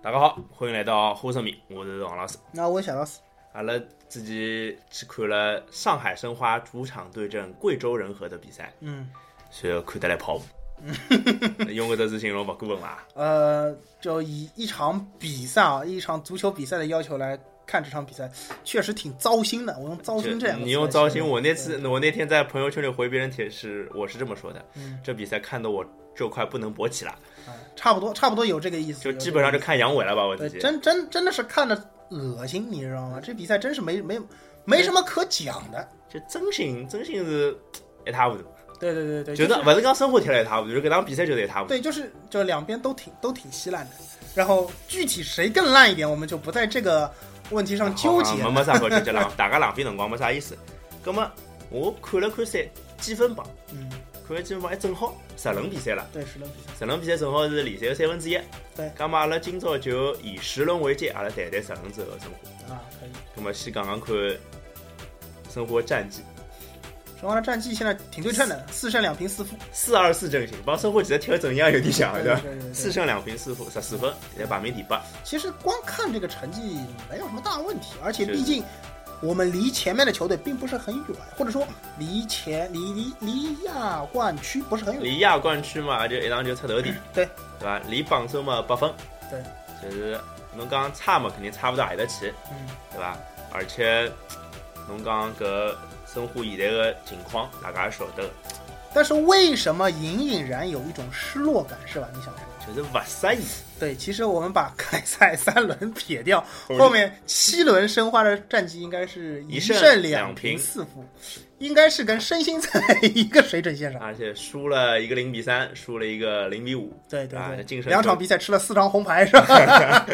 大家好，欢迎来到花生米，我是王老师。那我也想到是，阿拉之前去看了上海申花主场对阵贵州仁和的比赛，嗯，随后看得来 跑步，用搿只词形容勿过分伐？呃，就以一场比赛啊，一场足球比赛的要求来看这场比赛，确实挺糟心哦的。我用糟就心这两个你字来用糟形心，容我那次我那天在朋友圈里回别人帖是我是这么说的，嗯这比赛看得我就快不能勃起了，啊差不多，差不多有这个意思。就有这基个本上就意思看阳痿了吧，我对自己。真真真的是看着恶心，你知道吗？这比赛真是没没没什么可讲的。就真心真心是一塌糊涂，对对对对，就是是勿是讲生活踢了一塌糊涂，就是搿场比赛就是一塌糊涂。对，就是就两边都挺都挺稀烂的。然后具体谁更烂一点，我们就不在这个问题上纠结没了。没啥好纠结，浪大家浪费辰光没啥意思。葛么我看了看赛积分榜，嗯，看了积分榜还正好十轮比赛了，对，十轮比赛，十轮比赛正好是联赛的三分之一。对葛么阿拉今朝就以十轮为界，阿拉谈谈十轮之后的生活。啊，可以。葛么先讲讲看申花战绩，申花的战绩现在挺对称的，四胜两平四负。四二四阵型，帮申花其实踢了正样有点像，对对吧？对对对四胜两平四负，十四分，现在排名第八。其实光看这个成绩没有什么大问题，而且是的毕竟我们离前面的球队并不是很远，或者说离前离离离亚冠区不是很远。离亚冠区嘛，就一场就出头 地，对对吧？离榜首嘛八分，对，就是侬讲差嘛，肯定差不到阿里搭去，嗯，对吧？而且侬讲搿申花现在个情况，大家也晓得，但是为什么隐隐然有一种失落感，是吧？你想说？就是勿适宜。对，其实我们把开赛三轮撇掉，后面后面七轮申花的战绩应该是一胜胜两平平四负，应该是跟身心在一个水准线上。而且输了一个零比三，输了一个零比五，对对啊，对净，胜两球场比赛吃了四张红牌是 吧？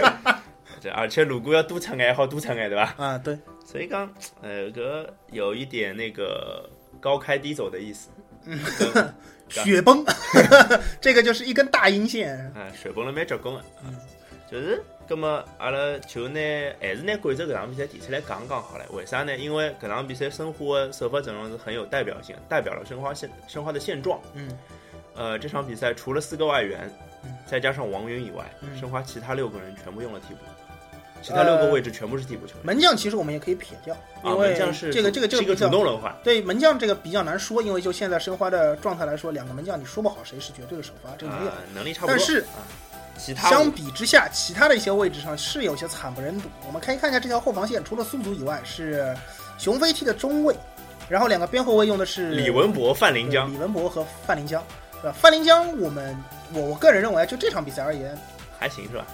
这而且如果要多出眼，好多出眼，对吧？啊，对，所以讲，呃，搿有一点那个高开低走的意思，跟雪崩， 这个就是一根大阴线。啊，血崩了蛮结棍的，啊就是，葛么阿拉就拿还是拿贵州搿场比赛提出来讲讲好了。为啥呢？因为搿场比赛申花的首发阵容是很有代表性，代表了申花现申花的现状。嗯，呃，这场比赛除了四个外援嗯，再加上王云以外，嗯申花其他六个人全部用了替补，其他六个位置全部是替补球员。门将其实我们也可以撇掉，啊，因为门将是这个主这个这是一个比较主动轮换，对门将这个比较难说，因为就现在申花的状态来说，两个门将你说不好谁是绝对的首发，这个没有啊。，能力差不多。但是其他相比之下，其他的一些位置上是有些惨不忍睹。我们可以看一下这条后防线，除了苏祖以外是熊飞踢的中卫，然后两个边后卫用的是李文博、范林对江李文博和范林江，对吧？范林江我们我我个人认为啊，就这场比赛而言，还行是吧？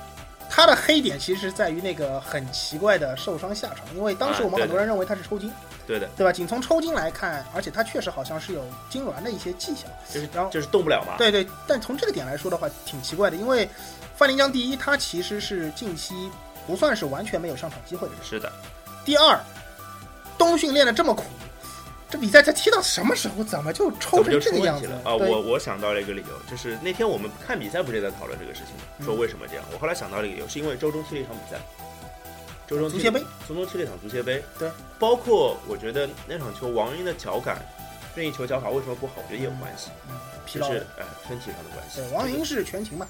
他的黑点其实在于那个很奇怪的受伤下场，因为当时我们啊对的很多人认为他是抽筋，对的，对吧？仅从抽筋来看，而且他确实好像是有痉挛的一些迹象。就是然后就是动不了嘛。对对，但从这个点来说的话，挺奇怪的，因为范林江第一，他其实是近期不算是完全没有上场机会的人；是的，第二，冬训练的这么苦，这比赛才踢到什么时候，怎么就抽怎么就出成这个问样题子了了？啊！对我我想到了一个理由，就是那天我们看比赛不是也在讨论这个事情吗？嗯说为什么这样？我后来想到了一个理由，是因为周中踢了一场比赛，周中踢足协杯，周中踢了一场足协杯，对，包括我觉得那场球王云的脚感，任意球脚法为什么不好，我觉得也有关系，嗯疲就劳是了。呃身体上的关系对，。王就是云是全勤嘛？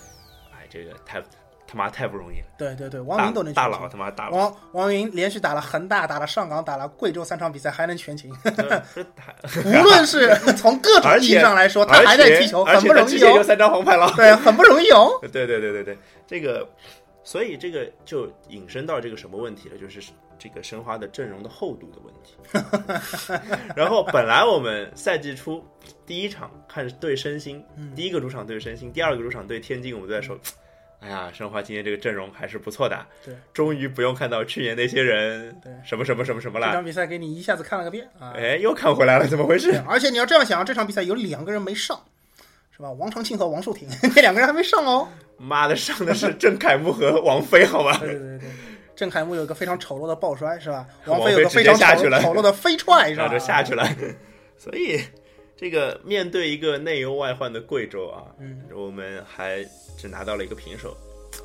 哎，这个太他妈太不容易了，对对对，王大云都能大全勤佬。他妈大佬，王王云连续打了恒大，打了上港，打了贵州三场比赛，还能全 勤。 这打无论是从各种意义上来说，哦他还在踢球，而很且不容而且他之易前就哦。三张黄牌了，对，很不容 易哦。对对对对对，这个，所以这个就引申到这个什么问题了，就是这个申花的阵容的厚度的问题。 然后本来我们赛季初第一场看对申鑫，嗯第一个主场对申鑫，第二个主场对天津，我们都在说。哎呀，申花今天这个阵容还是不错的，对，终于不用看到去年那些人对什么什么什么什么这了，场比赛给你一下子看了个遍啊！哎，又看回来了，怎么回对啊事？而且你要这样想，这场比赛有两个人没上，是吧？王长庆和王树 婷那两个人还没上哦。妈的，上的是郑凯木和王菲，好吧？对对对对，郑凯木有一个非常丑陋的抱摔，是吧？王王菲有个菲直非接常下丑去了丑陋的飞踹，是然 吧？后就下去了。所以，这个面对一个内忧外患的贵州啊，嗯，我们还只拿到了一个平手。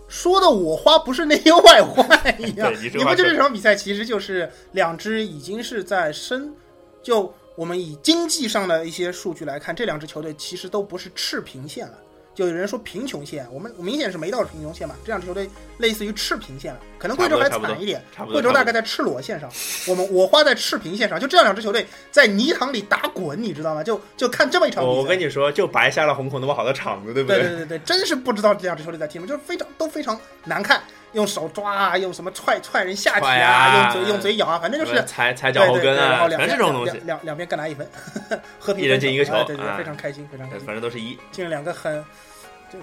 说的我花不是内忧外患一样对你，这你话不觉得说这场比赛其实就是两支已经是在升，就我们以经济上的一些数据来看，这两支球队其实都不是赤贫线了，就有人说贫穷线，我们我明显是没到贫穷线嘛，这样球队类似于赤贫线了，可能贵州还差不多惨一点，差不多贵州大差不概在赤裸线上，我们我花在赤贫线上，就这两支球队在泥塘里打滚，你知道吗？就就看这么一场比赛，我我跟你说，就白瞎了红孔那么好的场子，对不对对对对，真是不知道这两支球队在踢什么，就是非常都非常难看，用手抓啊，用什么踹踹人下体踹啊，呀用嘴用嘴咬啊，反正就是踩踩对脚后对对，跟然后啊，全两边是这种东西两，两两边各拿一分， 和平一人分进一个手球哎对对对，啊非常开心，非常开心反。正都是一。进了两个很，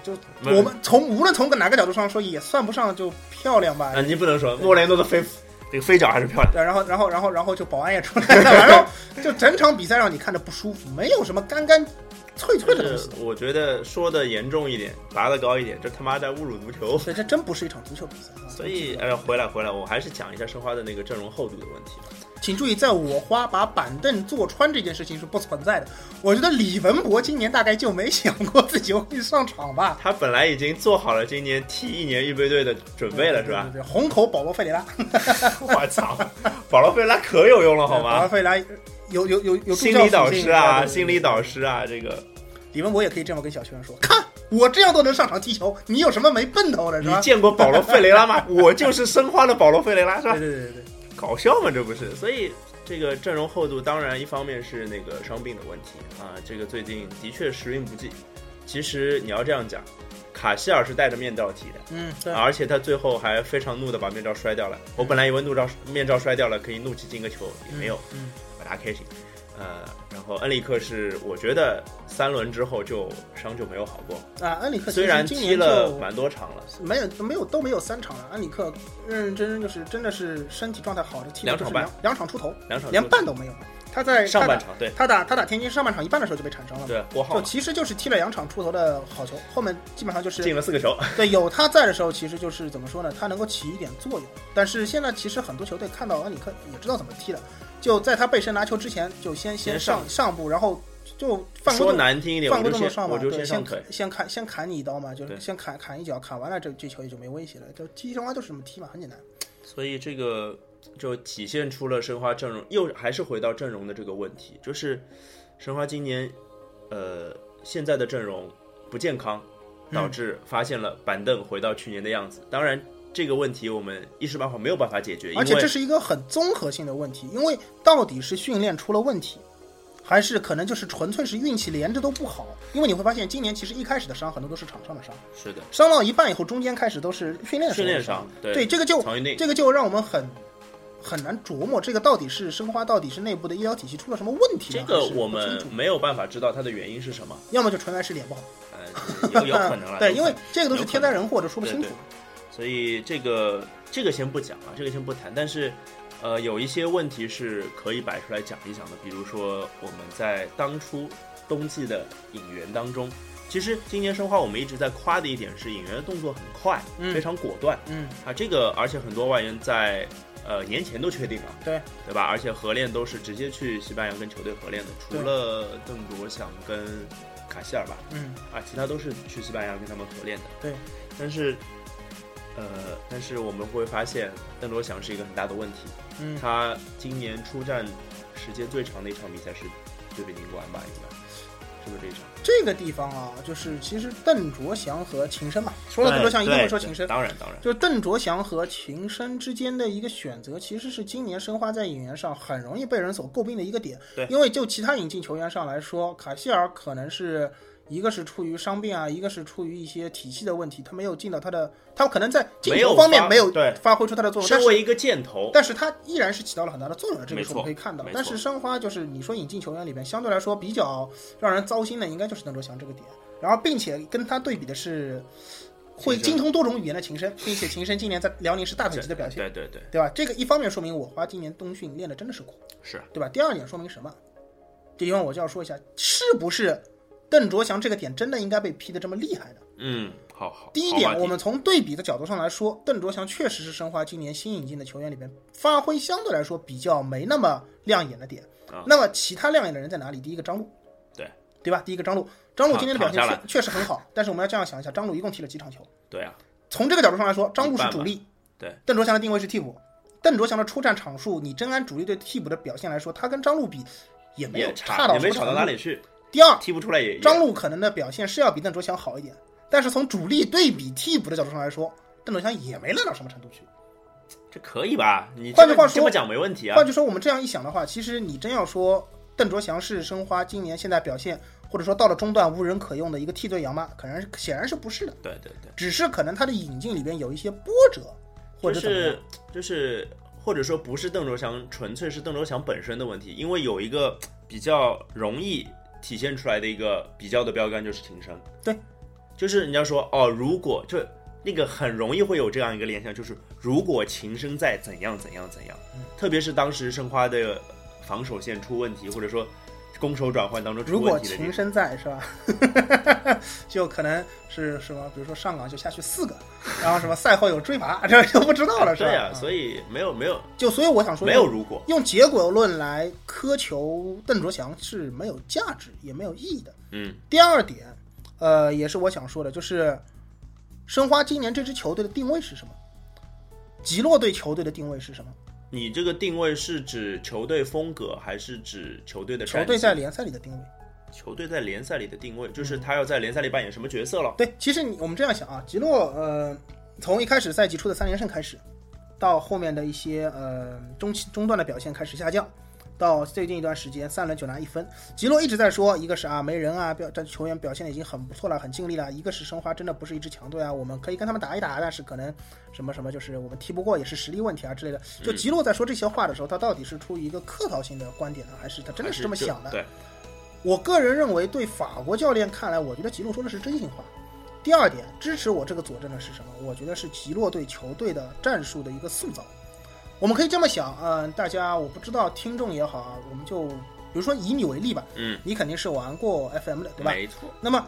就就没有我们从无论从哪个角度上说，也算不上就漂亮吧。啊，你不能哎说莫雷诺的飞这个飞脚还是漂 亮。对，然后然后然后然后就保安也出来 了，然后就整场比赛让你看着不舒服，没有什么干干脆脆的东西。我觉得说的严重一点，拔的高一点，这他妈在侮辱足 球。所以这真不是一场足球比赛啊！所以，呃，回来回来，我还是讲一下申花的那个阵容厚度的问题。请注意，在我花把板凳坐穿这件事情是不存在的。我觉得李文博今年大概就没想过自己会上场吧？他本来已经做好了今年踢一年预备队的准备了，是吧？对？对对对红口保罗费雷拉，嗯 我操，保罗费拉可有用了，好保罗吗？费雷拉有有有有助心教理导属师性啊，对对对心理导师啊，这个李文博也可以这么跟小球员说：“看我这样都能上场踢球，你有什么没奔头的是你吧见过保罗费雷拉吗？我就是申花的保罗费雷拉，？”是吧对？对对对对，搞笑嘛，这不是？所以这个阵容厚度，当然一方面是那个伤病的问题啊，这个最近的确时运不济。其实你要这样讲，卡希尔是戴着面罩踢的，嗯对，而且他最后还非常怒的把面罩摔掉了。我本来以为怒罩面罩摔掉了可以怒气进个球，也没有，嗯，把他 K 醒。呃，然后恩里克是，我觉得三轮之后就伤就没有好过，嗯啊，恩里克其实虽然今踢年了就蛮多场了，没有没有都没有三场了，恩里克认认真真就是真的是身体状态好的，踢了两场就是半两两场出头，两场连呃就半都没有。他在上半场，场，对啊他打他打天津上半场一半的时候就被铲伤了嘛，对，国就浩其实就是踢了两场出头的好球，后面基本上就是进了四个球，对，有他在的时候，其实就是怎么说呢？他能够起一点作用。但是现在其实很多球队看到恩里克也知道怎么踢了，就在他背身拿球之前，就先先上上上步，然后就犯规说动难听一点，我犯规就动作先上嘛，我就对，先先上腿，先砍先砍你一刀嘛，就是对先砍砍一脚，砍完了这这球也就没威胁了。就踢申花就是这么踢嘛，很简单。所以这个就体现出了申花阵容，又还是回到阵容的这个问题，就是申花今年呃现在的阵容不健康，导致发现了板凳回到去年的样子。当然，这个问题我们一时半会儿没有办法解决，因而且这为是一个很综合性的问题，因为到底是训练出了问题，还是可能就是纯粹是运气连着都不好？因为你会发现，今年其实一开始的伤很多都是场上的伤。是的，伤到一半以后，中间开始都是训练的时训候练的伤上，对这个就曹云定这个就让我们很很难琢磨，这个到底是申花到底是内部的医疗体系出了什么问题这呢？个还是我不清们楚没有办法知道它的原因是什么，要么就纯然是脸不好，呃， 有有可能了，对，有因可为能这个都是有可能天灾人祸，这说不清楚对。所以这个这个先不讲啊，这个先不谈。但是，呃，有一些问题是可以摆出来讲一讲的，比如说我们在当初冬季的引援当中，其实今年申花我们一直在夸的一点是引援的动作很快，嗯非常果断嗯，啊。这个而且很多外援在呃年前都确定了，对对吧？而且合练都是直接去西班牙跟球队合练的，除对了邓卓翔跟卡希尔吧，嗯，啊，其他都是去西班牙跟他们合练的。对，但是，呃，但是我们会发现邓罗翔是一个很大的问题。嗯他今年出战时间最长的一场比赛是对北京国安吧？应该是不是这一场？这个地方啊，就是其实邓卓翔和秦升嘛，说到邓对卓翔一定会对说对秦升，当然当然，就是邓卓翔和秦升之间的一个选择，其实是今年申花在引援上很容易被人所诟病的一个点。对因为就其他引进球员上来说，卡希尔可能是一个是出于伤病啊，一个是出于一些体系的问题，他没有尽到他的，他可能在进没球有方面发没有对发挥出他的作用，但身是为一个箭头，但是他依然是起到了很大的作用的，这个没是我们错可以看到。没错但是申花就是你说引进球员里边，相对来说比较让人糟心的，应该就是邓卓翔这个点。然后，并且跟他对比的是会秦升精通多种语言的秦升，并且秦升今年在辽宁是大对腿级的表现，对对对，对吧？这个一方面说明我花今年冬训练的真的是苦，是对吧？第二点说明什么？这地方我就要说一下，是不是邓卓翔这个点真的应该被批的这么厉害呢？嗯，好好。第一好话点，题我们从对比的角度上来说，邓卓翔确实是申花今年新引进的球员里边发挥相对来说比较没那么亮眼的点。啊那么其他亮眼的人在哪里？第一个张璐，对对吧？第一个张璐，张璐今天的表现躺下确确实很好，但是我们要这样想一下，张璐一共踢了几场球？对啊，从这个角度上来说，张璐是主力，对，邓卓翔的定位是替补。邓卓翔的出战场数，你真按主力对替补的表现来说，他跟张璐比也没有也差到也什么没吵到程度哪里去。第二，踢不出来也张路可能的表现是要比邓卓翔好一点，但是从主力对比替补的角度上来说，邓卓翔也没烂到什么程度去。这可以吧？你换句话说这么讲没问题啊换。句说，我们这样一想的话，其实你真要说邓卓翔是申花今年现在表现，或者说到了中段无人可用的一个替罪羊吗？可能是显然是不是的，对对对，只是可能他的引进里边有一些波折，或就者怎么样是就是或者说不是邓卓翔，纯粹是邓卓翔本身的问题，因为有一个比较容易体现出来的一个比较的标杆就是情商。对，就是人家说哦，如果就那个很容易会有这样一个联想，就是如果情深在怎样怎样怎样，嗯特别是当时申花的防守线出问题，或者说攻守转换当中出如果问题的地情方，深在是吧？ 就可能是什么，比如说上港就下去四个，然后什么赛后有追罚，这就不知道了是吧？对啊，嗯所以没有没有就所以我想说，没有如果，用结果论来苛求邓卓翔是没有价值也没有意义的。嗯第二点，呃，也是我想说的，就是申花今年这支球队的定位是什么？吉洛对球队的定位是什么？你这个定位是指球队风格，还是指球队的球战队绩在联嗯赛里的定位。球队在联赛里的定位，就是他要在联赛里扮演什么角色了？对，其实你我们这样想啊，吉洛呃，从一开始赛季初的三连胜开始，到后面的一些呃中期中段的表现开始下降，到最近一段时间三轮九拿一分，吉洛一直在说，一个是啊没人啊，表这球员表现的已经很不错了，很尽力了；一个是申花真的不是一支强队啊，我们可以跟他们打一打，但是可能什么什么就是我们踢不过也是实力问题啊之类的。就嗯吉洛在说这些话的时候，他到底是出于一个客套性的观点呢，还是他真还的是是这么就想的？对，我个人认为，对法国教练看来，我觉得吉洛说的是真心话。第二点，支持我这个佐证的是什么？我觉得是吉洛对球队的战术的一个塑造。我们可以这么想，嗯、大家我不知道听众也好啊，我们就比如说以你为例吧，嗯，你肯定是玩过 FM 的，对吧？没错。那么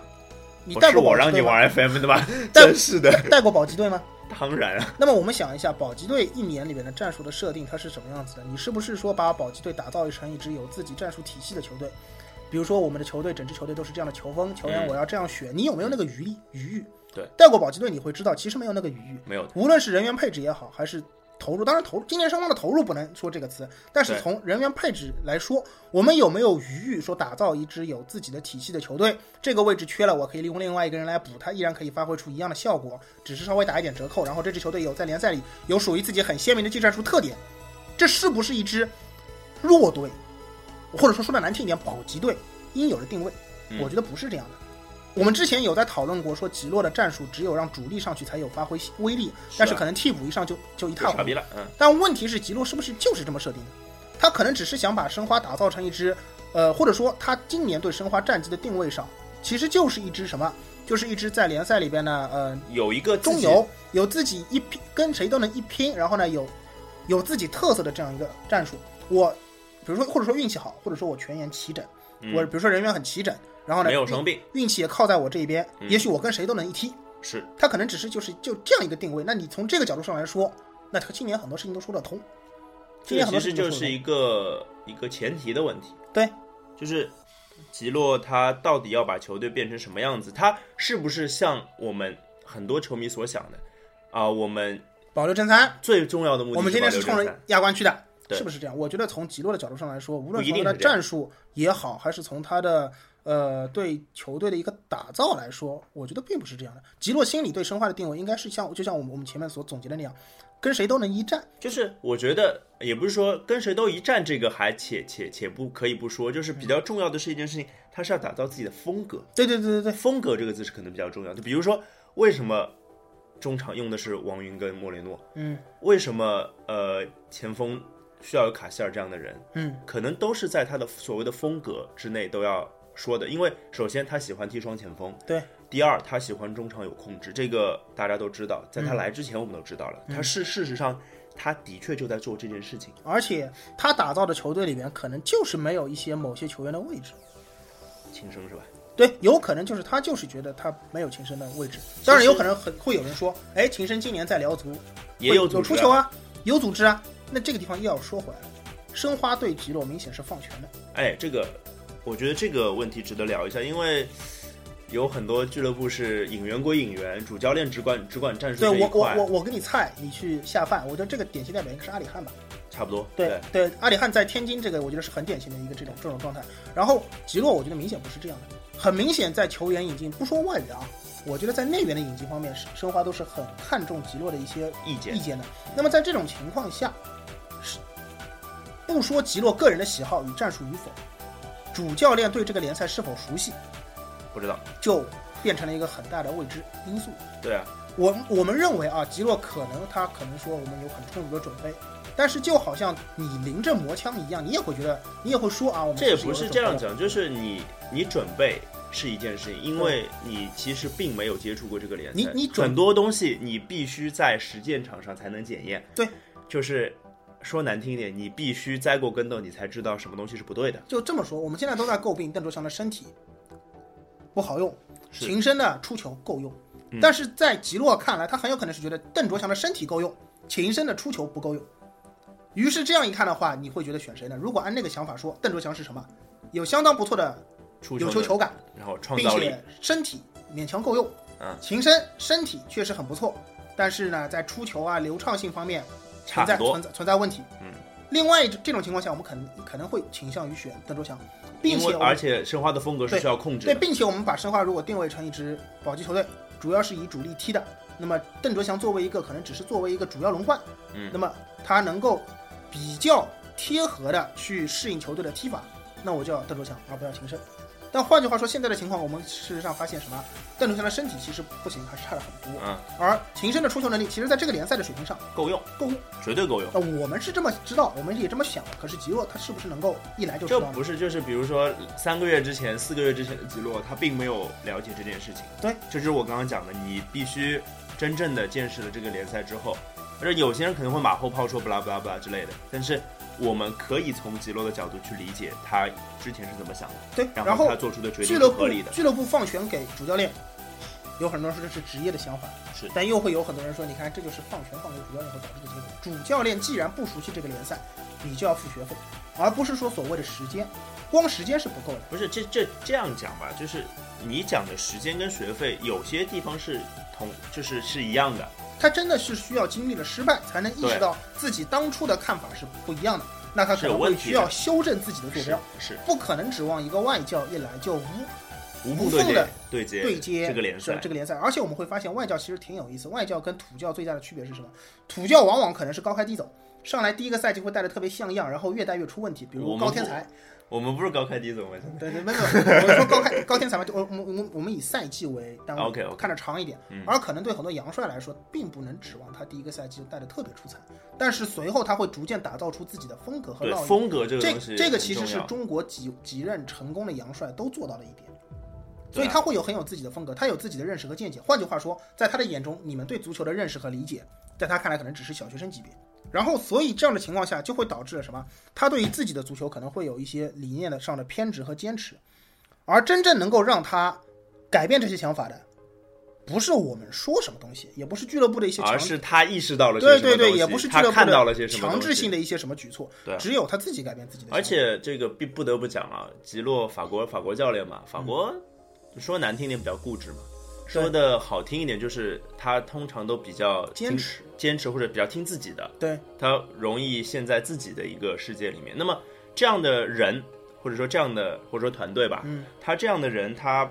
你不带是过我保级让你队吗？玩 FM 的吧？ 带真是的， 带过保级队吗？当然啊，那么我们想一下，保级队一年里面的战术的设定，它是什么样子的？你是不是说把保级队打造成一支有自己战术体系的球队？比如说我们的球队，整支球队都是这样的球风，球员嗯我要这样选，你有没有那个余力余裕？对，带过保级队你会知道，其实没有那个余裕。没有的，无论是人员配置也好，还是投入，当然投入，今年双方的投入不能说这个词，但是对从人员配置来说，我们有没有余裕说打造一支有自己的体系的球队？这个位置缺了，我可以利用另外一个人来补，他依然可以发挥出一样的效果，只是稍微打一点折扣。然后这支球队有在联赛里有属于自己很鲜明的技战术特点，这是不是一支弱队，或者说说的难听一点，保级队应有的定位？嗯我觉得不是这样的。我们之前有在讨论过，说吉洛的战术只有让主力上去才有发挥威力，是啊但是可能替补一上就就一就塌糊傻涂逼。了，嗯，但问题是，吉洛是不是就是这么设定的？他可能只是想把申花打造成一支，呃，或者说他今年对申花战绩的定位上，其实就是一支什么？就是一支在联赛里边呢，呃，有一个自中己游有自己一拼，跟谁都能一拼，然后呢有有自己特色的这样一个战术。我比如说，或者说运气好，或者说我全员齐整，嗯我比如说人员很齐整，然后呢没有运生病，运气也靠在我这一边，嗯也许我跟谁都能一踢。是他可能只是就是就这样一个定位。那你从这个角度上来说，那他今年很多事情都说得通。今这年个很多其事实情都就说是得通一个一个前提的问题，对，就是吉洛他到底要把球队变成什么样子？他是不是像我们很多球迷所想的啊？我们保六争三。最重要的目的，我们今天是冲着亚冠去的，对是不是这样？我觉得从吉洛的角度上来说，无论不一从定他的是这样战术也好，还是从他的呃对球队的一个打造来说，我觉得并不是这样的。吉洛心里对申花的定位应该是像就像我们我们前面所总结的那样，跟谁都能一战。就是我觉得也不是说跟谁都一战，这个还且且且不可以不说，就是比较重要的是一件事情，他是要打造自己的风格。对对对对对，风格这个字是可能比较重要的。比如说，为什么中场用的是王云跟莫雷诺？嗯为什么呃前锋需要有卡希尔这样的人？嗯，可能都是在他的所谓的风格之内都要说的。因为首先他喜欢踢双前锋，对。第二，他喜欢中场有控制，这个大家都知道，在他嗯来之前我们都知道了。他是事实上，他的确就在做这件事情。而且他打造的球队里面，可能就是没有一些某些球员的位置。轻声是吧？对，有可能就是他就是觉得他没有秦升的位置，当然有可能很会有人说，哎，秦升今年在辽足也会有有组织出球啊，有组织啊。那这个地方又要说回来了，申花对吉洛明显是放权的，哎，这个我觉得这个问题值得聊一下，因为有很多俱乐部是引援归引援，主教练只管只管战术对这一我我块我。我给你菜，你去下饭。我觉得这个典型代表应该是阿里汉吧，差不多。对对，阿里汉在天津这个，我觉得是很典型的一个这种这种状态。然后吉洛，我觉得明显不是这样的，很明显在球员引进，不说外援啊，我觉得在内援的引进方面，申花都是很看重吉洛的一些意见意见的。那么在这种情况下，是不说吉洛个人的喜好与战术与否，主教练对这个联赛是否熟悉，不知道。就变成了一个很大的未知因素。对啊，我我们认为啊，吉洛可能他可能说我们有很充足的准备，但是就好像你临阵磨枪一样，你也会觉得你也会说啊，我们这也有不是准备这样的，讲，就是你你准备是一件事情，因为你其实并没有接触过这个联赛，你你准很多东西你必须在实践场上才能检验。对，就是说难听一点，你必须栽过跟斗，你才知道什么东西是不对的。就这么说，我们现在都在诟病邓卓翔的身体不好用，是琴声呢出球够用，嗯但是在吉洛看来，他很有可能是觉得邓卓翔的身体够用，琴声的出球不够用。于是这样一看的话，你会觉得选谁呢？如果按那个想法说，邓卓翔是什么？有相当不错的出有球球的球感，然后创并造力且身体勉强够用。嗯，秦升身体确实很不错，但是呢，在出球啊、流畅性方面差存在不多存，在存在问题。嗯，另外一这种情况下，我们可能可能会倾向于选邓卓翔，并因为且我而们且申花的风格是对需要控制对，的。并且我们把申花如果定位成一支保级球队，主要是以主力踢的，那么邓卓翔作为一个可能只是作为一个主要轮换，嗯那么他能够比较贴合的去适应球队的踢法，那我就要邓卓翔，而不要秦升。但换句话说，现在的情况，我们事实上发现什么？邓卓翔的身体其实不行，还是差了很多。嗯，而秦升的出球能力，其实在这个联赛的水平上够用，够用。绝对够用。呃，我们是这么知道，我们也这么想。可是吉洛他是不是能够一来就知这道呢？不是就是比如说三个月之前、四个月之前的吉洛，他并没有了解这件事情。对，这就是我刚刚讲的，你必须真正的见识了这个联赛之后，而有些人可能会马后炮说不拉不拉不拉之类的，但是我们可以从吉洛的角度去理解他之前是怎么想的，对，然后他做出的决定俱是乐部合理的。俱乐部放权给主教练，有很多人说这是职业的想法，是但又会有很多人说，你看这就是放权放给主教练后导致的结果。主教练既然不熟悉这个联赛，你就要付学费，而不是说所谓的时间，光时间是不够的。不是这这这样讲吧，就是你讲的时间跟学费有些地方是同，就是是一样的。他真的是需要经历了失败，才能意识到自己当初的看法是不一样的，那他可是有能问会题的需要修正自己的坐是标，是不可能指望一个外教一来就无无无缝对缝接地对接对接这个联赛这，个联赛。而且我们会发现外教其实挺有意思，外教跟土教最大的区别是什么？土教往往可能是高开低走，上来第一个赛季会带的特别像样，然后越带越出问题，比我如们高不天才。我们不是高开低走吗？对 对，没有，我说高开高天才嘛，就我我我我们以赛季为单位 OK，OK 看着长一点。嗯而可能对很多洋帅来说，并不能指望他第一个赛季就带的特别出彩，但是随后他会逐渐打造出自己的风格和对烙印。风格这个这东西这个很其实重是要中国几几任成功的洋帅都做到的一点，所对以啊他会有很有自己的风格，他有自己的认识和见解。换句话说，在他的眼中，你们对足球的认识和理解，在他看来可能只是小学生级别。然后，所以这样的情况下就会导致了什么？他对于自己的足球可能会有一些理念的上的偏执和坚持，而真正能够让他改变这些想法的，不是我们说什么东西，也不是俱乐部的一些强而是他意识到了些对什么对对，东也西不是俱他乐看到部了些的什么强制性的。的一些什么举措对啊，只有他自己改变自己的想法。而且这个必不得不讲啊，吉洛法国法国教练嗯嘛，法国说难听点比较固执嘛，说的好听一点就是他通常都比较听坚持，坚持或者比较听自己的，对，他容易陷在自己的一个世界里面。那么这样的人，或者说这样的或者说团队吧，嗯，他这样的人，他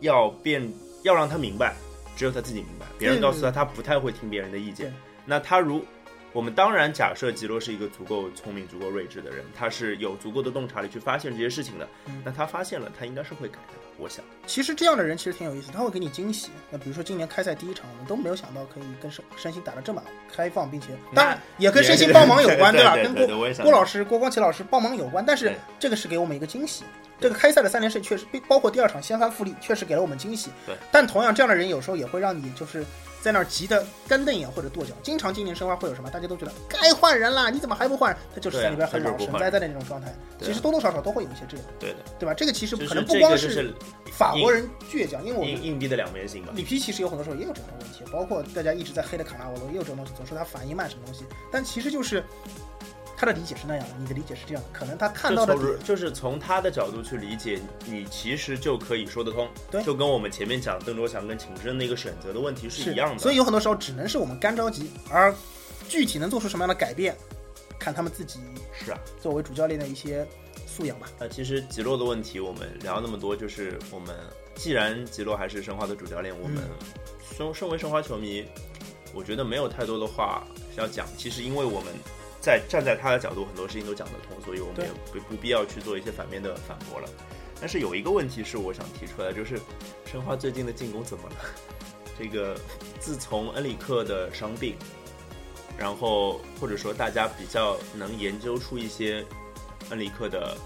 要变，要让他明白，只有他自己明白，别人告诉他，他不太会听别人的意见对。那他如，我们当然假设吉洛是一个足够聪明、足够睿智的人，他是有足够的洞察力去发现这些事情的。嗯那他发现了，他应该是会改的，我想。其实这样的人其实挺有意思，他会给你惊喜。那比如说今年开赛第一场，我们都没有想到可以跟身身心打得这么开放，并且当然也跟身心帮忙有 关，对吧？对跟对郭对我也想郭老师、郭光奇老师帮忙有关，但是对这个是给我们一个惊喜。这个开赛的三连胜确实，包括第二场掀翻富力，确实给了我们惊喜。对，但同样这样的人有时候也会让你就是在那儿急得干瞪眼或者跺脚。经常今年申花会有什么？大家都觉得该换人啦，你怎么还不换？他就是在里边很对啊老他就是不神换栽栽的那种状态。对啊其实多多少少都会有一些这样，对的，对吧？这个其实就可是能不这光个就是法国人倔强，因为我们硬硬币的两面性吧。里皮其实有很多时候也有这种问题，包括大家一直在黑的卡纳瓦罗也有这种东西，总说他反应慢什么东西，但其实就是他的理解是那样的，你的理解是这样的，可能他看到的就从就是从他的角度去理解，你其实就可以说得通。对就跟我们前面讲邓卓翔跟秦升那个选择的问题一样的。所以有很多时候只能是我们干着急，而具体能做出什么样的改变，看他们自己是啊，作为主教练的一些素养吧。那其实吉洛的问题，我们聊那么多，就是我们既然吉洛还是申花的主教练，我们身身为申花球迷，我觉得没有太多的话要讲。其实因为我们在站在他的角度，很多事情都讲得通，所以我们对也不不必要去做一些反面的反驳了。但是有一个问题是我想提出来的，就是申花最近的进攻怎么了？ 这个自从恩里克的伤病，然后或者说大家比较能研究出一些恩里克的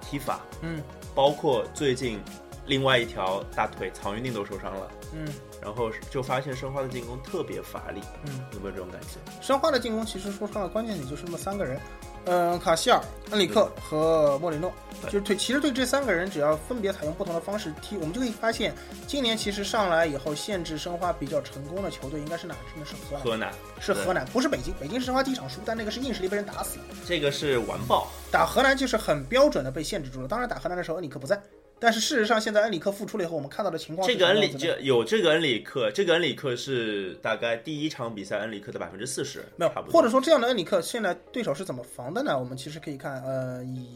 踢法，嗯包括最近另外一条大腿曹云定都受伤了，嗯然后就发现申花的进攻特别乏力，嗯，有没有这种感觉？申花的进攻其实说实话，关键点就是那么三个人，嗯，卡希尔、恩里克和莫里诺，对就是对，其实对这三个人只要分别采用不同的方式踢，我们就可以发现，今年其实上来以后限制申花比较成功的球队应该是哪支呢？是河河南，南啊是对河南，不是北京。北京是申花第一场输，但那个是硬实力被人打死的。这个是完爆，打荷兰就是很标准的被限制住了。当然，打荷兰的时候恩里克不在，但是事实上现在恩里克复出了以后，我们看到的情况这是个什恩么里样子的这有这个恩里克，这个恩里克是大概第一场比赛恩里克的百分之四十，没有差，不多，或者说这样的恩里克现在对手是怎么防的呢？我们其实可以看，呃，以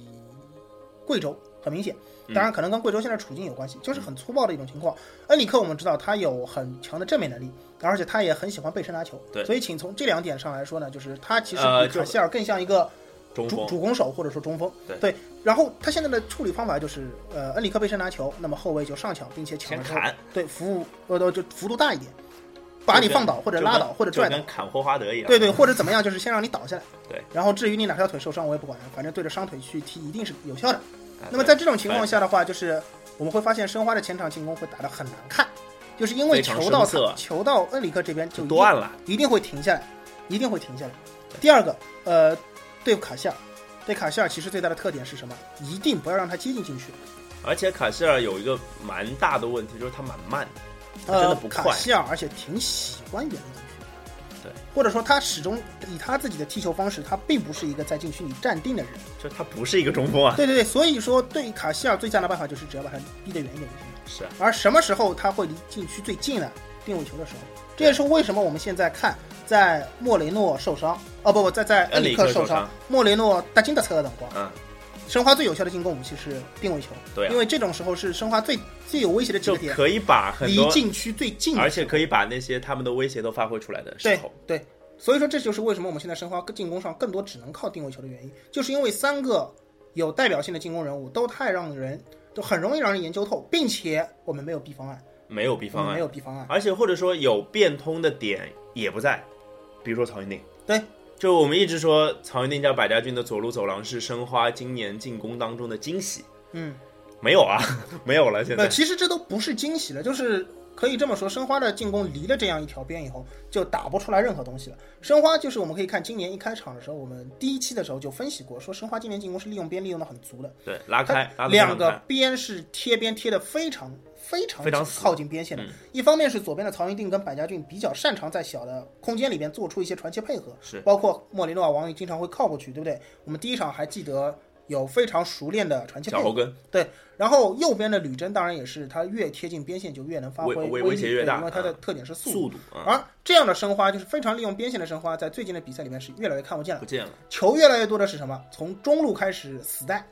贵州很明显，嗯当然可能跟贵州现在处境有关系，就是很粗暴的一种情况。恩里克我们知道他有很强的正面能力，而且他也很喜欢背身拿球，对所以请从这两点上来说呢，就是他其实呃比就卡希尔更像一个。中主锋主攻手或者说中锋，对然后他现在的处理方法就是，呃，恩里克背身拿球，那么后卫就上抢，并且抢先了之后，砍，对服务呃就幅度大一点，把你放倒或者就拉跟倒或者就拽倒，跟砍霍华德一样，嗯对对，或者怎么样，就是先让你倒下来。对，然后至于你哪条腿受伤，我也不管，反正对着伤腿去踢一定是有效的。啊那么在这种情况下的话，就是我们会发现申花的前场进攻会打得很难看，就是因为非常球到生涩球到恩里克这边就就一定断了，一定会停下来，一定会停下来。第二个，呃，对卡希尔，对卡希尔其实最大的特点是什么？一定不要让他接近禁区。而且卡希尔有一个蛮大的问题，就是他蛮慢的，他真呃的不，快卡希尔而且挺喜欢远的禁区，对，或者说他始终以他自己的踢球方式，他并不是一个在禁区里站定的人。就他不是一个中锋啊，对对对，所以说对卡希尔最佳的办法就是只要把他逼得远一点就行了。是啊，而什么时候他会离禁区最近呢？定位球的时候，这也是为什么我们现在看在莫雷诺受伤，哦不不，在在恩恩里里克克受受伤伤，莫雷诺大金的侧等光。嗯，申花最有效的进攻武器是定位球，对啊因为这种时候是申花最最有威胁的几就个点，可以把很离多禁区最近的而且可以把那些他们的威胁都发挥出来的时对候，对，所以说这就是为什么我们现在申花进攻上更多只能靠定位球的原因，就是因为三个有代表性的进攻人物都太让人都很容易让人研究透，并且我们没有 B 方案，没有 B 我方嗯们没案，有 B 方案，而且或者说有变通的点也不在，比如说曹云定。对，就我们一直说曹云定加百家军的左路走廊是申花今年进攻当中的惊喜，嗯，没有啊， 没有了，现那在其实这都不是惊喜了，就是。可以这么说，申花的进攻离了这样一条边以后，就打不出来任何东西了。申花就是我们可以看今年一开场的时候，我们第一期的时候就分析过，说申花今年进攻是利用边利用的很足的，对拉它开拉得非常两个开边是贴边贴的非常非常非常死嗯靠近边线的。一方面是左边的曹云定跟百家俊比较擅长在小的空间里边做出一些传切配合，是包括莫里诺啊、王宇经常会靠过去，对不对？我们第一场还记得有非常熟练的传切脚配合后，跟，对。然后右边的吕真当然也是，他越贴近边线就越能发挥威威威威力胁越大对因为他的嗯特点是速度。速度啊而这样的申花就是非常利用边线的申花，在最近的比赛里面是越来越看不见了不。见了，球越来越多的是什么？从中路开始死带，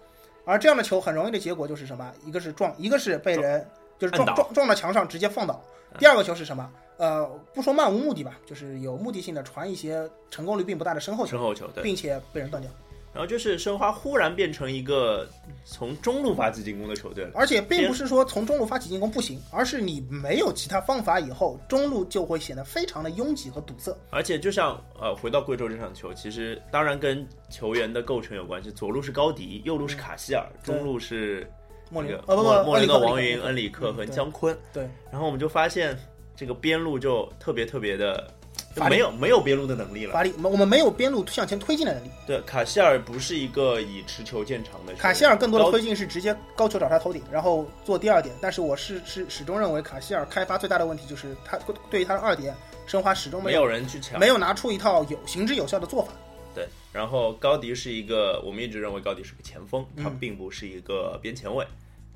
而这样的球很容易的结果就是什么？一个是撞，一个是被人就是撞按倒撞撞到墙上直接放倒。第二个球是什么？呃，不说漫无目的吧，就是有目的性的传一些成功率并不大的身后球，身后球对。并且被人断掉，然后就是申花忽然变成一个从中路发起进攻的球队了，而且并不是说从中路发起进攻不行，而是你没有其他方法以后，中路就会显得非常的拥挤和堵塞。而且就像呃，回到贵州这场球，其实当然跟球员的构成有关系，左路是高迪，右路是卡希尔，嗯对中路是莫那林个呃不不，莫莫雷诺、恩里克王恩里云、克恩里克和嗯对姜昆。对，然后我们就发现这个边路就特别特别的就乏力没有没有边路的能力了。法力我们没有边路向前推进的能力。对，卡希尔不是一个以持球见长的球员，卡希尔更多的高推进是直接高球找他头顶，然后做第二点。但是我是是始终认为卡希尔开发最大的问题就是他对于他的二点，申花始终没有有人去抢。没有拿出一套有行之有效的做法。对，然后高迪是一个，我们一直认为高迪是个前锋，他嗯并不是一个边前卫。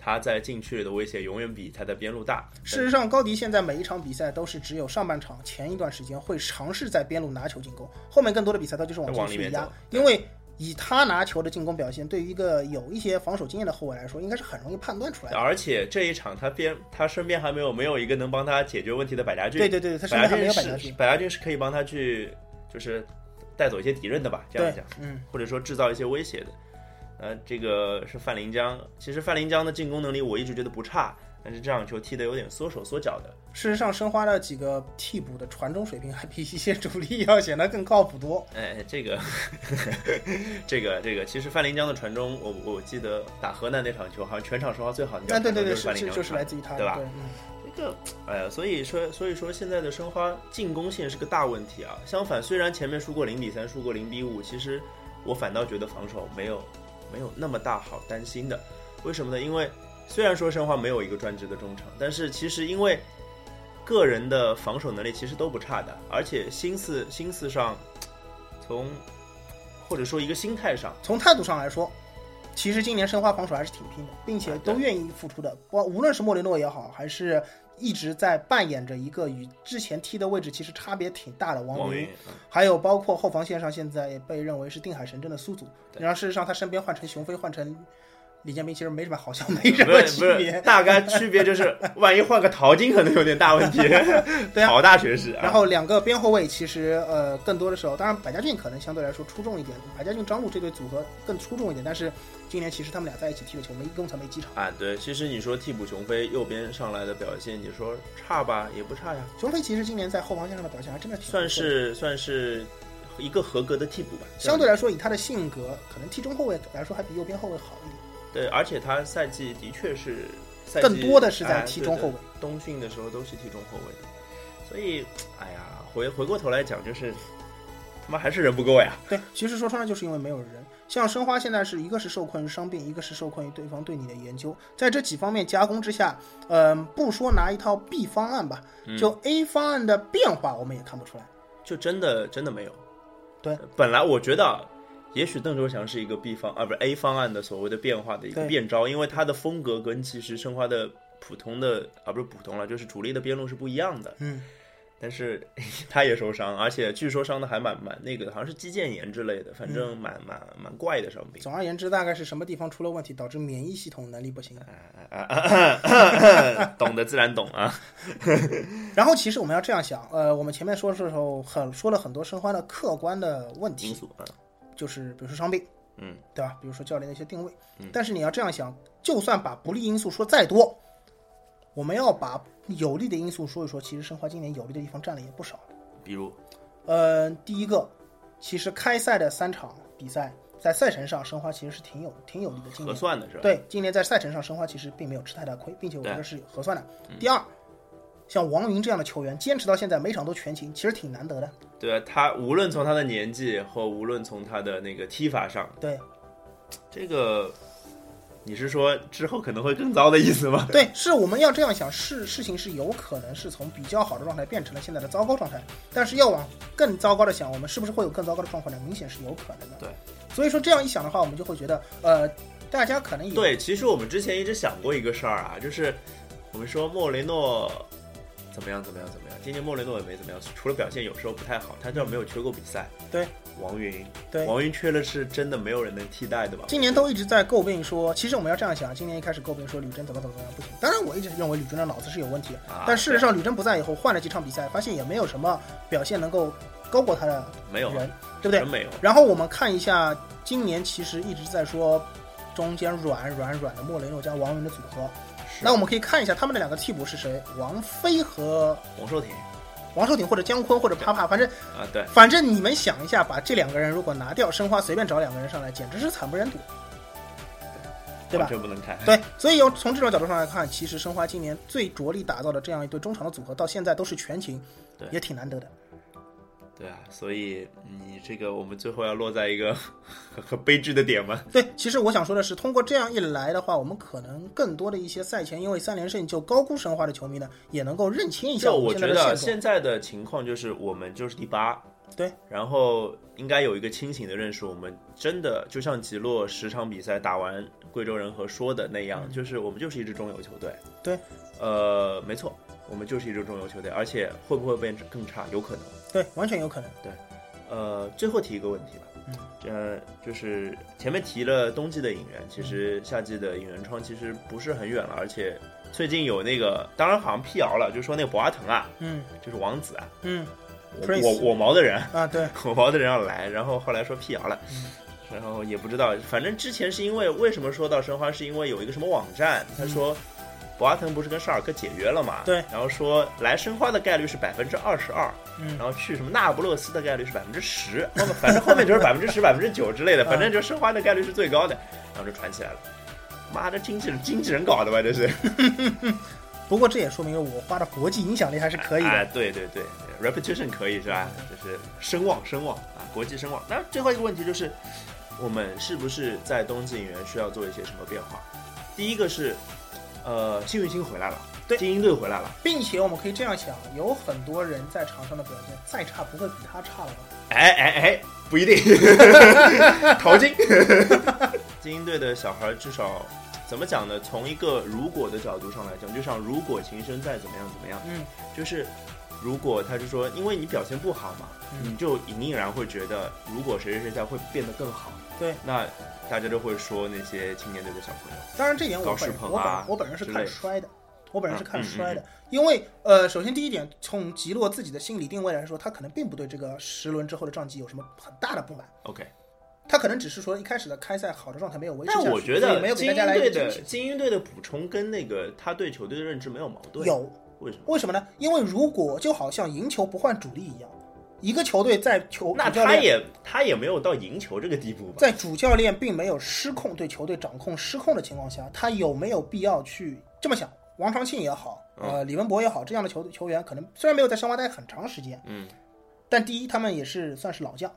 他在禁区里的威胁永远比他在边路大。事实上，高迪现在每一场比赛都是只有上半场前一段时间会尝试在边路拿球进攻，后面更多的比赛他就是往禁往里区面压走，因为以他拿球的进攻表现，对于一个有一些防守经验的后卫来说，应该是很容易判断出来的。而且这一场他边他身边还没有没有一个能帮他解决问题的百家对俊，对对，他身百边还家俊没有百家是俊。百家俊是可以帮他去就是带走一些敌人的吧，这样对讲，，嗯，或者说制造一些威胁的。呃，这个是范林江，其实范林江的进攻能力我一直觉得不差，但是这场球踢得有点缩手缩脚的。事实上，申花的几个替补的传中水平还比一些主力要显得更靠谱多。 哎，这个， 这个，这个，其实范林江的传中，我我记得打河南那场球，好像全场说话最好的一条啊，对传中就对对，是是范林是江就是传来自于他的，对吧嗯这个，哎呀，所以说，所以说现在的申花进攻线是个大问题啊。相反，虽然前面输过零比三，输过零比五，其实我反倒觉得防守没有没有那么大好担心的。为什么呢？因为虽然说申花没有一个专职的中场，但是其实因为个人的防守能力其实都不差的，而且心思心思上，从或者说一个心态上，从态度上来说，其实今年申花防守还是挺拼的，并且啊都愿意付出的。不，无论是莫雷诺也好，还是一直在扮演着一个与之前踢的位置其实差别挺大的王王云云，嗯还有包括后防线上现在也被认为是定海神针的苏祖。对然后事实上他身边换成熊飞，换成李建斌，其实没什么好 像没什不么是区不是，别。大概区别 就是，万一换个淘金可能有点大问题。对啊好大学士啊。然后两个边后卫其实呃更多的时候，当然百家俊可能相对来说出众一点，百家俊张路这对组合更出众一点。但是今年其实他们俩在一起踢的球，没一共才没几场。啊，对，其实你说替补熊飞右边上来的表现，你说差吧，也不差呀，熊飞其实今年在后防线上的表现还真的挺不错算的是算是一个合格的替补吧。相对来说，以他的性格，可能踢中后卫来说还比右边后卫好一点，对，而且他赛季的确是赛季更多的是在哎踢对中对后卫。冬训的时候都是踢中后卫的，所以哎呀，回回过头来讲，就是他妈还是人不够呀。对，其实说穿了就是因为没有人。像申花现在是一个是受困于伤病，一个是受困于对方对你的研究，在这几方面加工之下，嗯、不说拿一套 B 方案吧，就 A 方案的变化我们也看不出来。就真的真的没有。对，本来我觉得啊，也许邓卓翔是一个 B 方啊，不是 A 方案的所谓的变化的一个对变招，因为他的风格跟其实申花的普通的啊，不是普通了，就是主力的边路是不一样的。嗯，但是 他也受伤，而且据说伤的还蛮蛮那个的，好像是肌腱炎之类的，反嗯正蛮、蛮蛮怪的伤 病。总而言之，大概是什么地方出了问题，导致免疫系统能力不行。哎啊懂的自然懂啊，然后其实我们要这样想，呃，我们前面说的时候很说了很多申花的客观的问题因，素啊，就是比如说伤病，嗯，对吧？比如说教练的一些定位，嗯但是你要这样想，就算把不利因素说再多，我们要把有利的因素说一说，其实申花今年有利的地方占了也不少。比如嗯，第一个，其实开赛的三场比赛，在赛程上申花其实是挺有挺有利的，今核年算的是吧？对今年在赛程上申花其实并没有吃太大亏，并且我觉对嗯得是合算的。第二，像王云这样的球员坚持到现在每场都全勤，其实挺难得的。对啊，他无论从他的年纪或无论从他的那个踢法上，对，这个，你是说之后可能会更糟的意思吗？对，是我们要这样想，事事情是有可能是从比较好的状态变成了现在的糟糕状态，但是要往更糟糕的想，我们是不是会有更糟糕的状况呢？明显是有可能的。对，所以说这样一想的话，我们就会觉得，呃，大家可能 也对，其实我们之前一直想过一个事儿啊，就是我们说莫雷诺怎么样怎么样怎么样，今年莫雷诺也没怎么样，除了表现有时候不太好，他倒没有缺过比赛。对，王云，对王云缺了是真的没有人能替代的吧？今年都一直在诟病说，其实我们要这样想，今年一开始诟病说吕征怎么怎么怎么样不行。当然，我一直认为吕征的脑子是有问题的，啊但事实上吕征不在以后换了几场比赛，发现也没有什么表现能够高过他的没有啊，人，对不对真？没有。然后我们看一下，今年其实一直在说中间软软软的莫雷诺加王云的组合。是那我们可以看一下他们的两个替补是谁，王菲和王寿挺王寿挺或者姜昆或者帕帕，反正啊，对，反正你们想一下，把这两个人如果拿掉，申花随便找两个人上来，简直是惨不忍睹，对吧完？全不能看。对，所以要从这种角度上来看，其实申花今年最着力打造的这样一对中场的组合，到现在都是全勤对，也挺难得的。对啊，所以你这个我们最后要落在一个 很很悲剧的点吗？对，其实我想说的是，通过这样一来的话，我们可能更多的一些赛前因为三连胜就高估申花的球迷呢，也能够认清一下就我我们现觉在得啊的现现在的情况就是我们就是第八，对，然后应该有一个清醒的认识，我们真的就像吉洛十场比赛打完贵州人和说的那样，就是我们就是一支中游球队。嗯对，呃，没错，我们就是一支中游球队，而且会不会变更差，有可能。对，完全有可能。呃，最后提一个问题吧，嗯这就是前面提了冬季的引援，其实夏季的引援窗其实不是很远了，而且最近有那个，当然好像辟谣了，就说那个博阿滕啊，嗯就是王子啊，嗯我 Prince 我我毛的人，啊，对， 我毛的人要来，然后后来说辟谣了。嗯然后也不知道，反正之前是因为为什么说到申花，是因为有一个什么网站，他说博阿滕不是跟沙尔克解约了嘛？嗯对然后说来申花的概率是百分之二十二，嗯然后去什么那不勒斯的概率是百分之十，后面反正后面就是百分之十、百分之九之 类的，反嗯正就申花的概率是最高的，然后就传起来了。妈的，经纪人经纪人搞的吧，这是不过这也说明我花的国际影响力还是可以的。啊，对对对，repetition 可以是吧？就是声望声望啊，国际声望。那最后一个问题就是，我们是不是在冬季引援需要做一些什么变化？第一个是，呃，幸运星回来了，对精英队回来了，并且我们可以这样想，有很多人在场上的表现再差不会比他差了吧？哎哎哎，不 一定，淘 金。精英队的小孩至少怎么讲呢？从一个如果的角度上来讲，就像如果琴声再怎么样怎么样，嗯，就是如果他是说，因为你表现不好嘛，嗯你就隐隐然会觉得，如果谁谁谁在会变得更好，对，那大家就会说那些青年队的小朋友，当然这点我搞本事捧我啊本我本人是之类看的衰的，我本人是嗯看嗯衰的嗯，因为呃，首先第一点，从吉洛自己的心理定位来说，他可能并不对这个十轮之后的战绩有什么很大的不满。 OK，他可能只是说一开始的开赛好的状态没有维持下但去，我觉所以得没有精给大英家来一队个的惊喜。精英队的补充跟那个他对球队的认知没有矛盾，有为什么？为什么呢？因为如果就好像赢球不换主力一样，一个球队在球那主教他练也他也没有到赢球这个地步吧？在主教练并没有失控对球队掌控失控的情况下，他有没有必要去这么想？王长庆也好，嗯呃，李文博也好，这样的球球员可能虽然没有在申花待很长时间，嗯，但第一他们也是算是老将，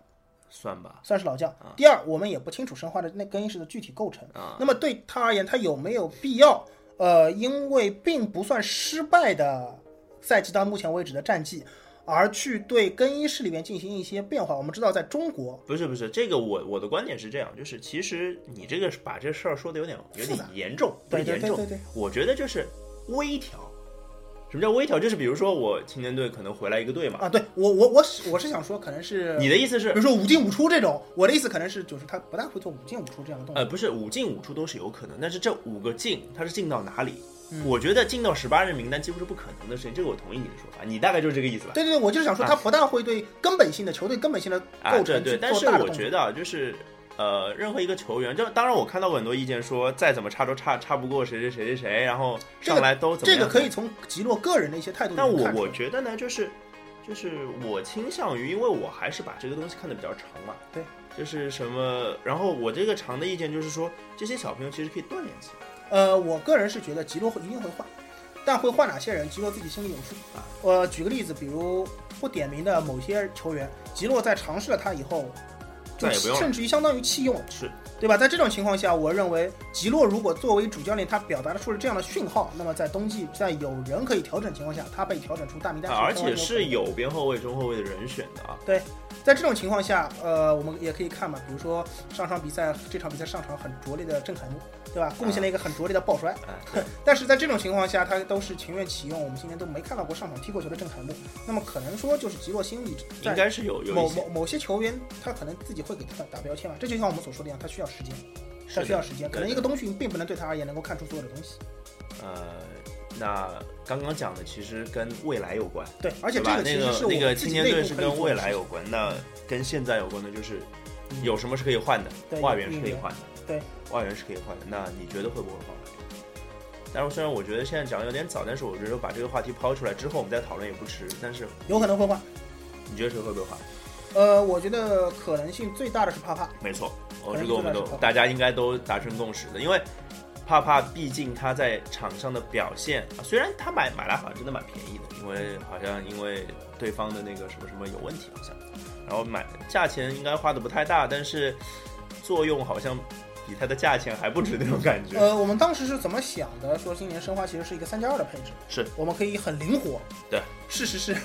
算吧，算是老将。第二，我们也不清楚申花的那更衣室的具体构成啊，那么对他而言，他有没有必要？呃，因为并不算失败的赛季到目前为止的战绩，而去对更衣室里面进行一些变化。我们知道，在中国不是不是，这个我我的观点是这样，就是其实你这个是把这事儿说的有点有复点杂严重，不对是对严对重，对对我觉得就是微调。什么叫微调？就是比如说我青年队可能回来一个队嘛，啊，对我我我是我是想说，可能是你的意思是比如说五进五出这种，我的意思可能是就是他不大会做五进五出这样的动作。呃，不是五进五出都是有可能，但是这五个进，它是进到哪里？嗯我觉得进到十八人名单几乎是不可能的事情，这个我同意你的说法，你大概就是这个意思吧？对对对，我就是想说，他不大会对根本性的球队根本性的啊，构对成对，去但做是大的我动作。觉得啊，就是呃，任何一个球员，就当然我看到过很多意见说，再怎么差都差差不过谁谁谁谁谁，然后上来都怎么这样个可以怎么样。从吉洛个人的一些态度里但面我看出我来觉得呢，就是就是我倾向于，因为我还是把这个东西看得比较长嘛。对。就是什么，然后我这个长的意见就是说，这些小朋友其实可以锻炼起来。呃，我个人是觉得吉洛会一定会换，但会换哪些人，吉洛自己心里有数啊。呃，举个例子，比如不点名的某些球员，吉洛在尝试了他以后，就再也不用了甚至于相当于弃用了，是，对吧？在这种情况下，我认为吉洛如果作为主教练，他表达出了这样的讯号，那么在冬季在有人可以调整情况下，他被调整出大名单啊时，而相当且于是有边后卫、中后卫的人选的啊。在这种情况下，呃，我们也可以看嘛，比如说上场比赛这场比赛上场很拙劣的郑凯木，对吧？贡献了一个很拙劣的抱摔。 哎，但是在这种情况下，他都是情愿启用我们今年都没看到过上场踢过球的郑凯木。那么可能说就是吉洛心里应在该是有有一某些某某些球员，他可能自己会给他打标签嘛。这就像我们所说的一样，他需要时间，是他的需要时间。对可能的一个东西并不能对他而言能够看出所有的东西。呃，那刚刚讲的其实跟未来有关，对，而且对这吧？个其那实是个我那个们自青己年内队部是可以跟做未的来事有关，那跟现在有关的就是情。有什么是可以换的，对外援是可以换的，对，外援是可以换的。那你觉得会不会换外援？但是虽然我觉得现在讲的有点早，但是我觉得把这个话题抛出来之后，我们再讨论也不迟。但是有可能会换。你觉得谁会不会换？呃，我觉得可能性最大的是帕帕。没错，可哦，能这个我们哎是都吧大家应该都达成共识的，因为帕帕毕竟他在场上的表现，啊虽然他买买来好像真的蛮便宜的，因为好像因为对方的那个什么什么有问题好像，然后买价钱应该花的不太大，但是作用好像比它的价钱还不止那种感觉。呃，我们当时是怎么想的？说今年申花其实是一个三加二的配置，是我们可以很灵活。对，事实是，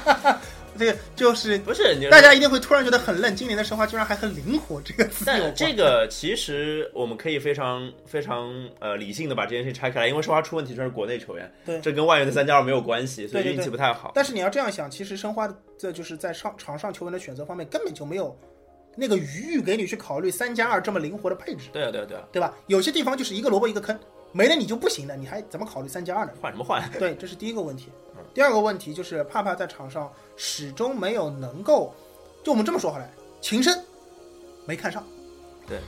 这个就是不是你大家一定会突然觉得很愣，今年的申花居然还很灵活，这个自由但这个其实我们可以非常非常呃理性的把这件事情拆开来，因为申花出问题全是国内球员，对这跟外援的三加二没有关系，所以对对运气不太好。但是你要这样想，其实申花的这就是在上场上球员的选择方面根本就没有那个余裕给你去考虑三加二这么灵活的配置，对啊对啊对啊，对吧？有些地方就是一个萝卜一个坑，没了你就不行了，你还怎么考虑三加二呢？换什么换？ 对，这是第一个问题。嗯第二个问题就是帕帕在场上始终没有能够，就我们这么说好了，秦升没看上。对，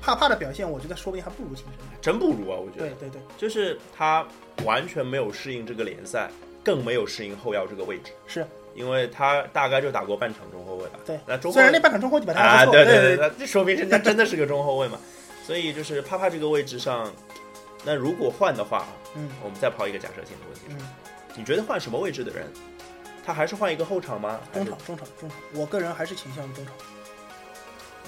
帕帕的表现，我觉得说不定还不如秦升。真不如啊，我觉得对。对对就是他完全没有适应这个联赛，更没有适应后腰这个位置，是，因为他大概就打过半场中后卫吧。对，那中后虽然那卫半场中后你把他还啊，不对错，对，对那这说明人家真的是个中后卫嘛。 所以就是帕帕这个位置上，那如果换的话，嗯我们再抛一个假设性的问题：嗯，你觉得换什么位置的人，他还是换一个后场吗？还中是场中场中场，我个人还是倾向于中场，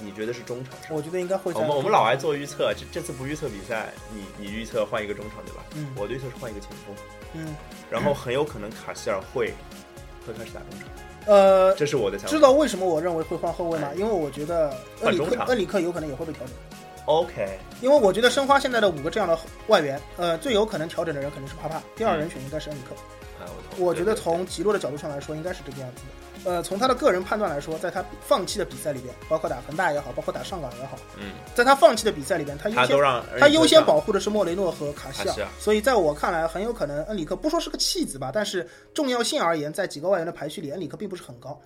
你觉得是中场是吧？我觉得应该会在我们我们老爱做预测，这这次不预测比赛，你你预测换一个中场对吧？嗯我的预测是换一个前锋，嗯然后很有可能卡希尔会会开始打中场。呃，这是我的想知法。道为什么我认为会换后卫吗？因为我觉得恩里换哎中克场恩里克有可能也会被调整。 OK，因为我觉得申花现在的五个这样的外援，呃，最有可能调整的人肯定是帕帕，第二人选应该是恩里克。啊，我我觉对得对从吉洛的角度上来说，应该是这个样子的。呃，从他的个人判断来说，在他放弃的比赛里边，包括打恒大也好，包括打上港也好，嗯，在他放弃的比赛里边，他优他都先让他优先保护的是莫雷诺和卡西卡尔西尔，所以在我看来，很有可能恩里克不说是个弃子吧，但是重要性而言，在几个外援的排序里，恩里克并不是很高。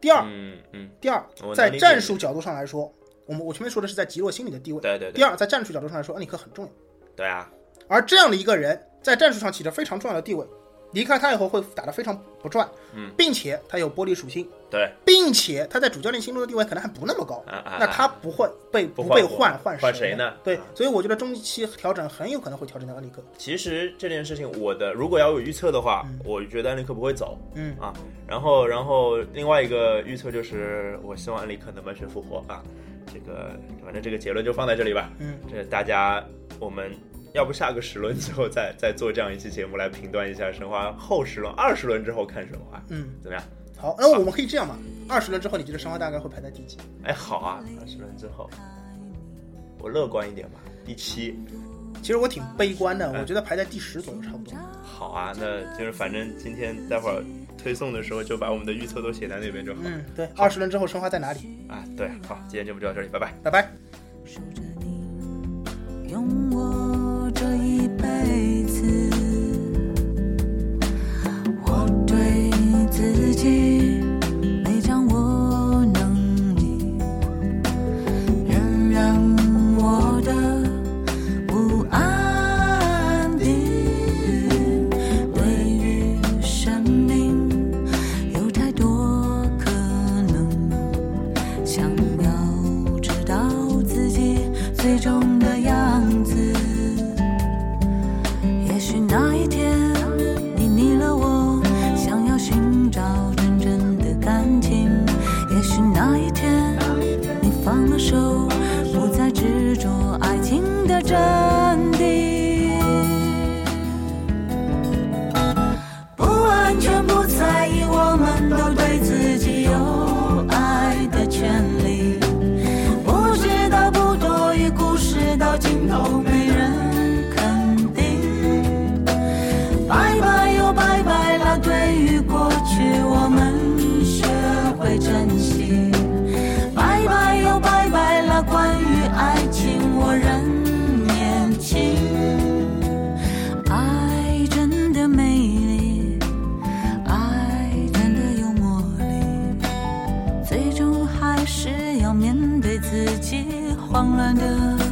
第二，嗯嗯，第二我能，在理解战术角度上来说，我们我前面说的是在吉洛心里的地位。对对第对，二，在战术角度上来说，恩里克很重要。对啊，而这样的一个人在战术上起着非常重要的地位，离开他以后会打得非常不赚，嗯，并且他有玻璃属性，对并且他在主教练心中的地位可能还不那么高，啊啊，那他不会被不被换我换换谁谁呢对啊，所以我觉得中期调整很有可能会调整到恩里克，其实这件事情我的如果要有预测的话，我觉得恩里克不会走嗯，啊。然后然后另外一个预测就是我希望恩里克能完全复活啊。这个反正这个结论就放在这里吧。嗯，这大家我们。要不下个十轮之后再 再做这样一期节目来评断一下申花后十轮二十轮之后看申花，嗯，怎么样？好，那我们可以这样嘛，二十轮之后你觉得申花大概会排在第几？哎，好啊，二十轮之后，我乐观一点吧，第七。其实我挺悲观嗯的，我觉得排在第十左右差不多。好啊，那就是反正今天待会儿推送的时候就把我们的预测都写在那边就好。嗯，对，二十轮之后申花在哪里？啊，对，好，今天节目就到这里，拜拜。拜拜。守着你，用我这一辈子，我对自己没掌握能力，仍然我的不安定，对于生命有太多可能。想要知道自己最终的样子。也许那一天你腻了我，想要寻找真正的感情。也许那一天你放了手，不再执着爱情的真谛。不安全，不在意，我们都对自己有爱的权利。不知道不多余，故事到尽头没人肯定。拜拜又拜拜了，对于过去我们学会珍惜。拜拜又拜拜了，关于爱情我仍年轻。爱真的美丽，爱真的有魔力，最终还是要面对自己慌乱的哦哦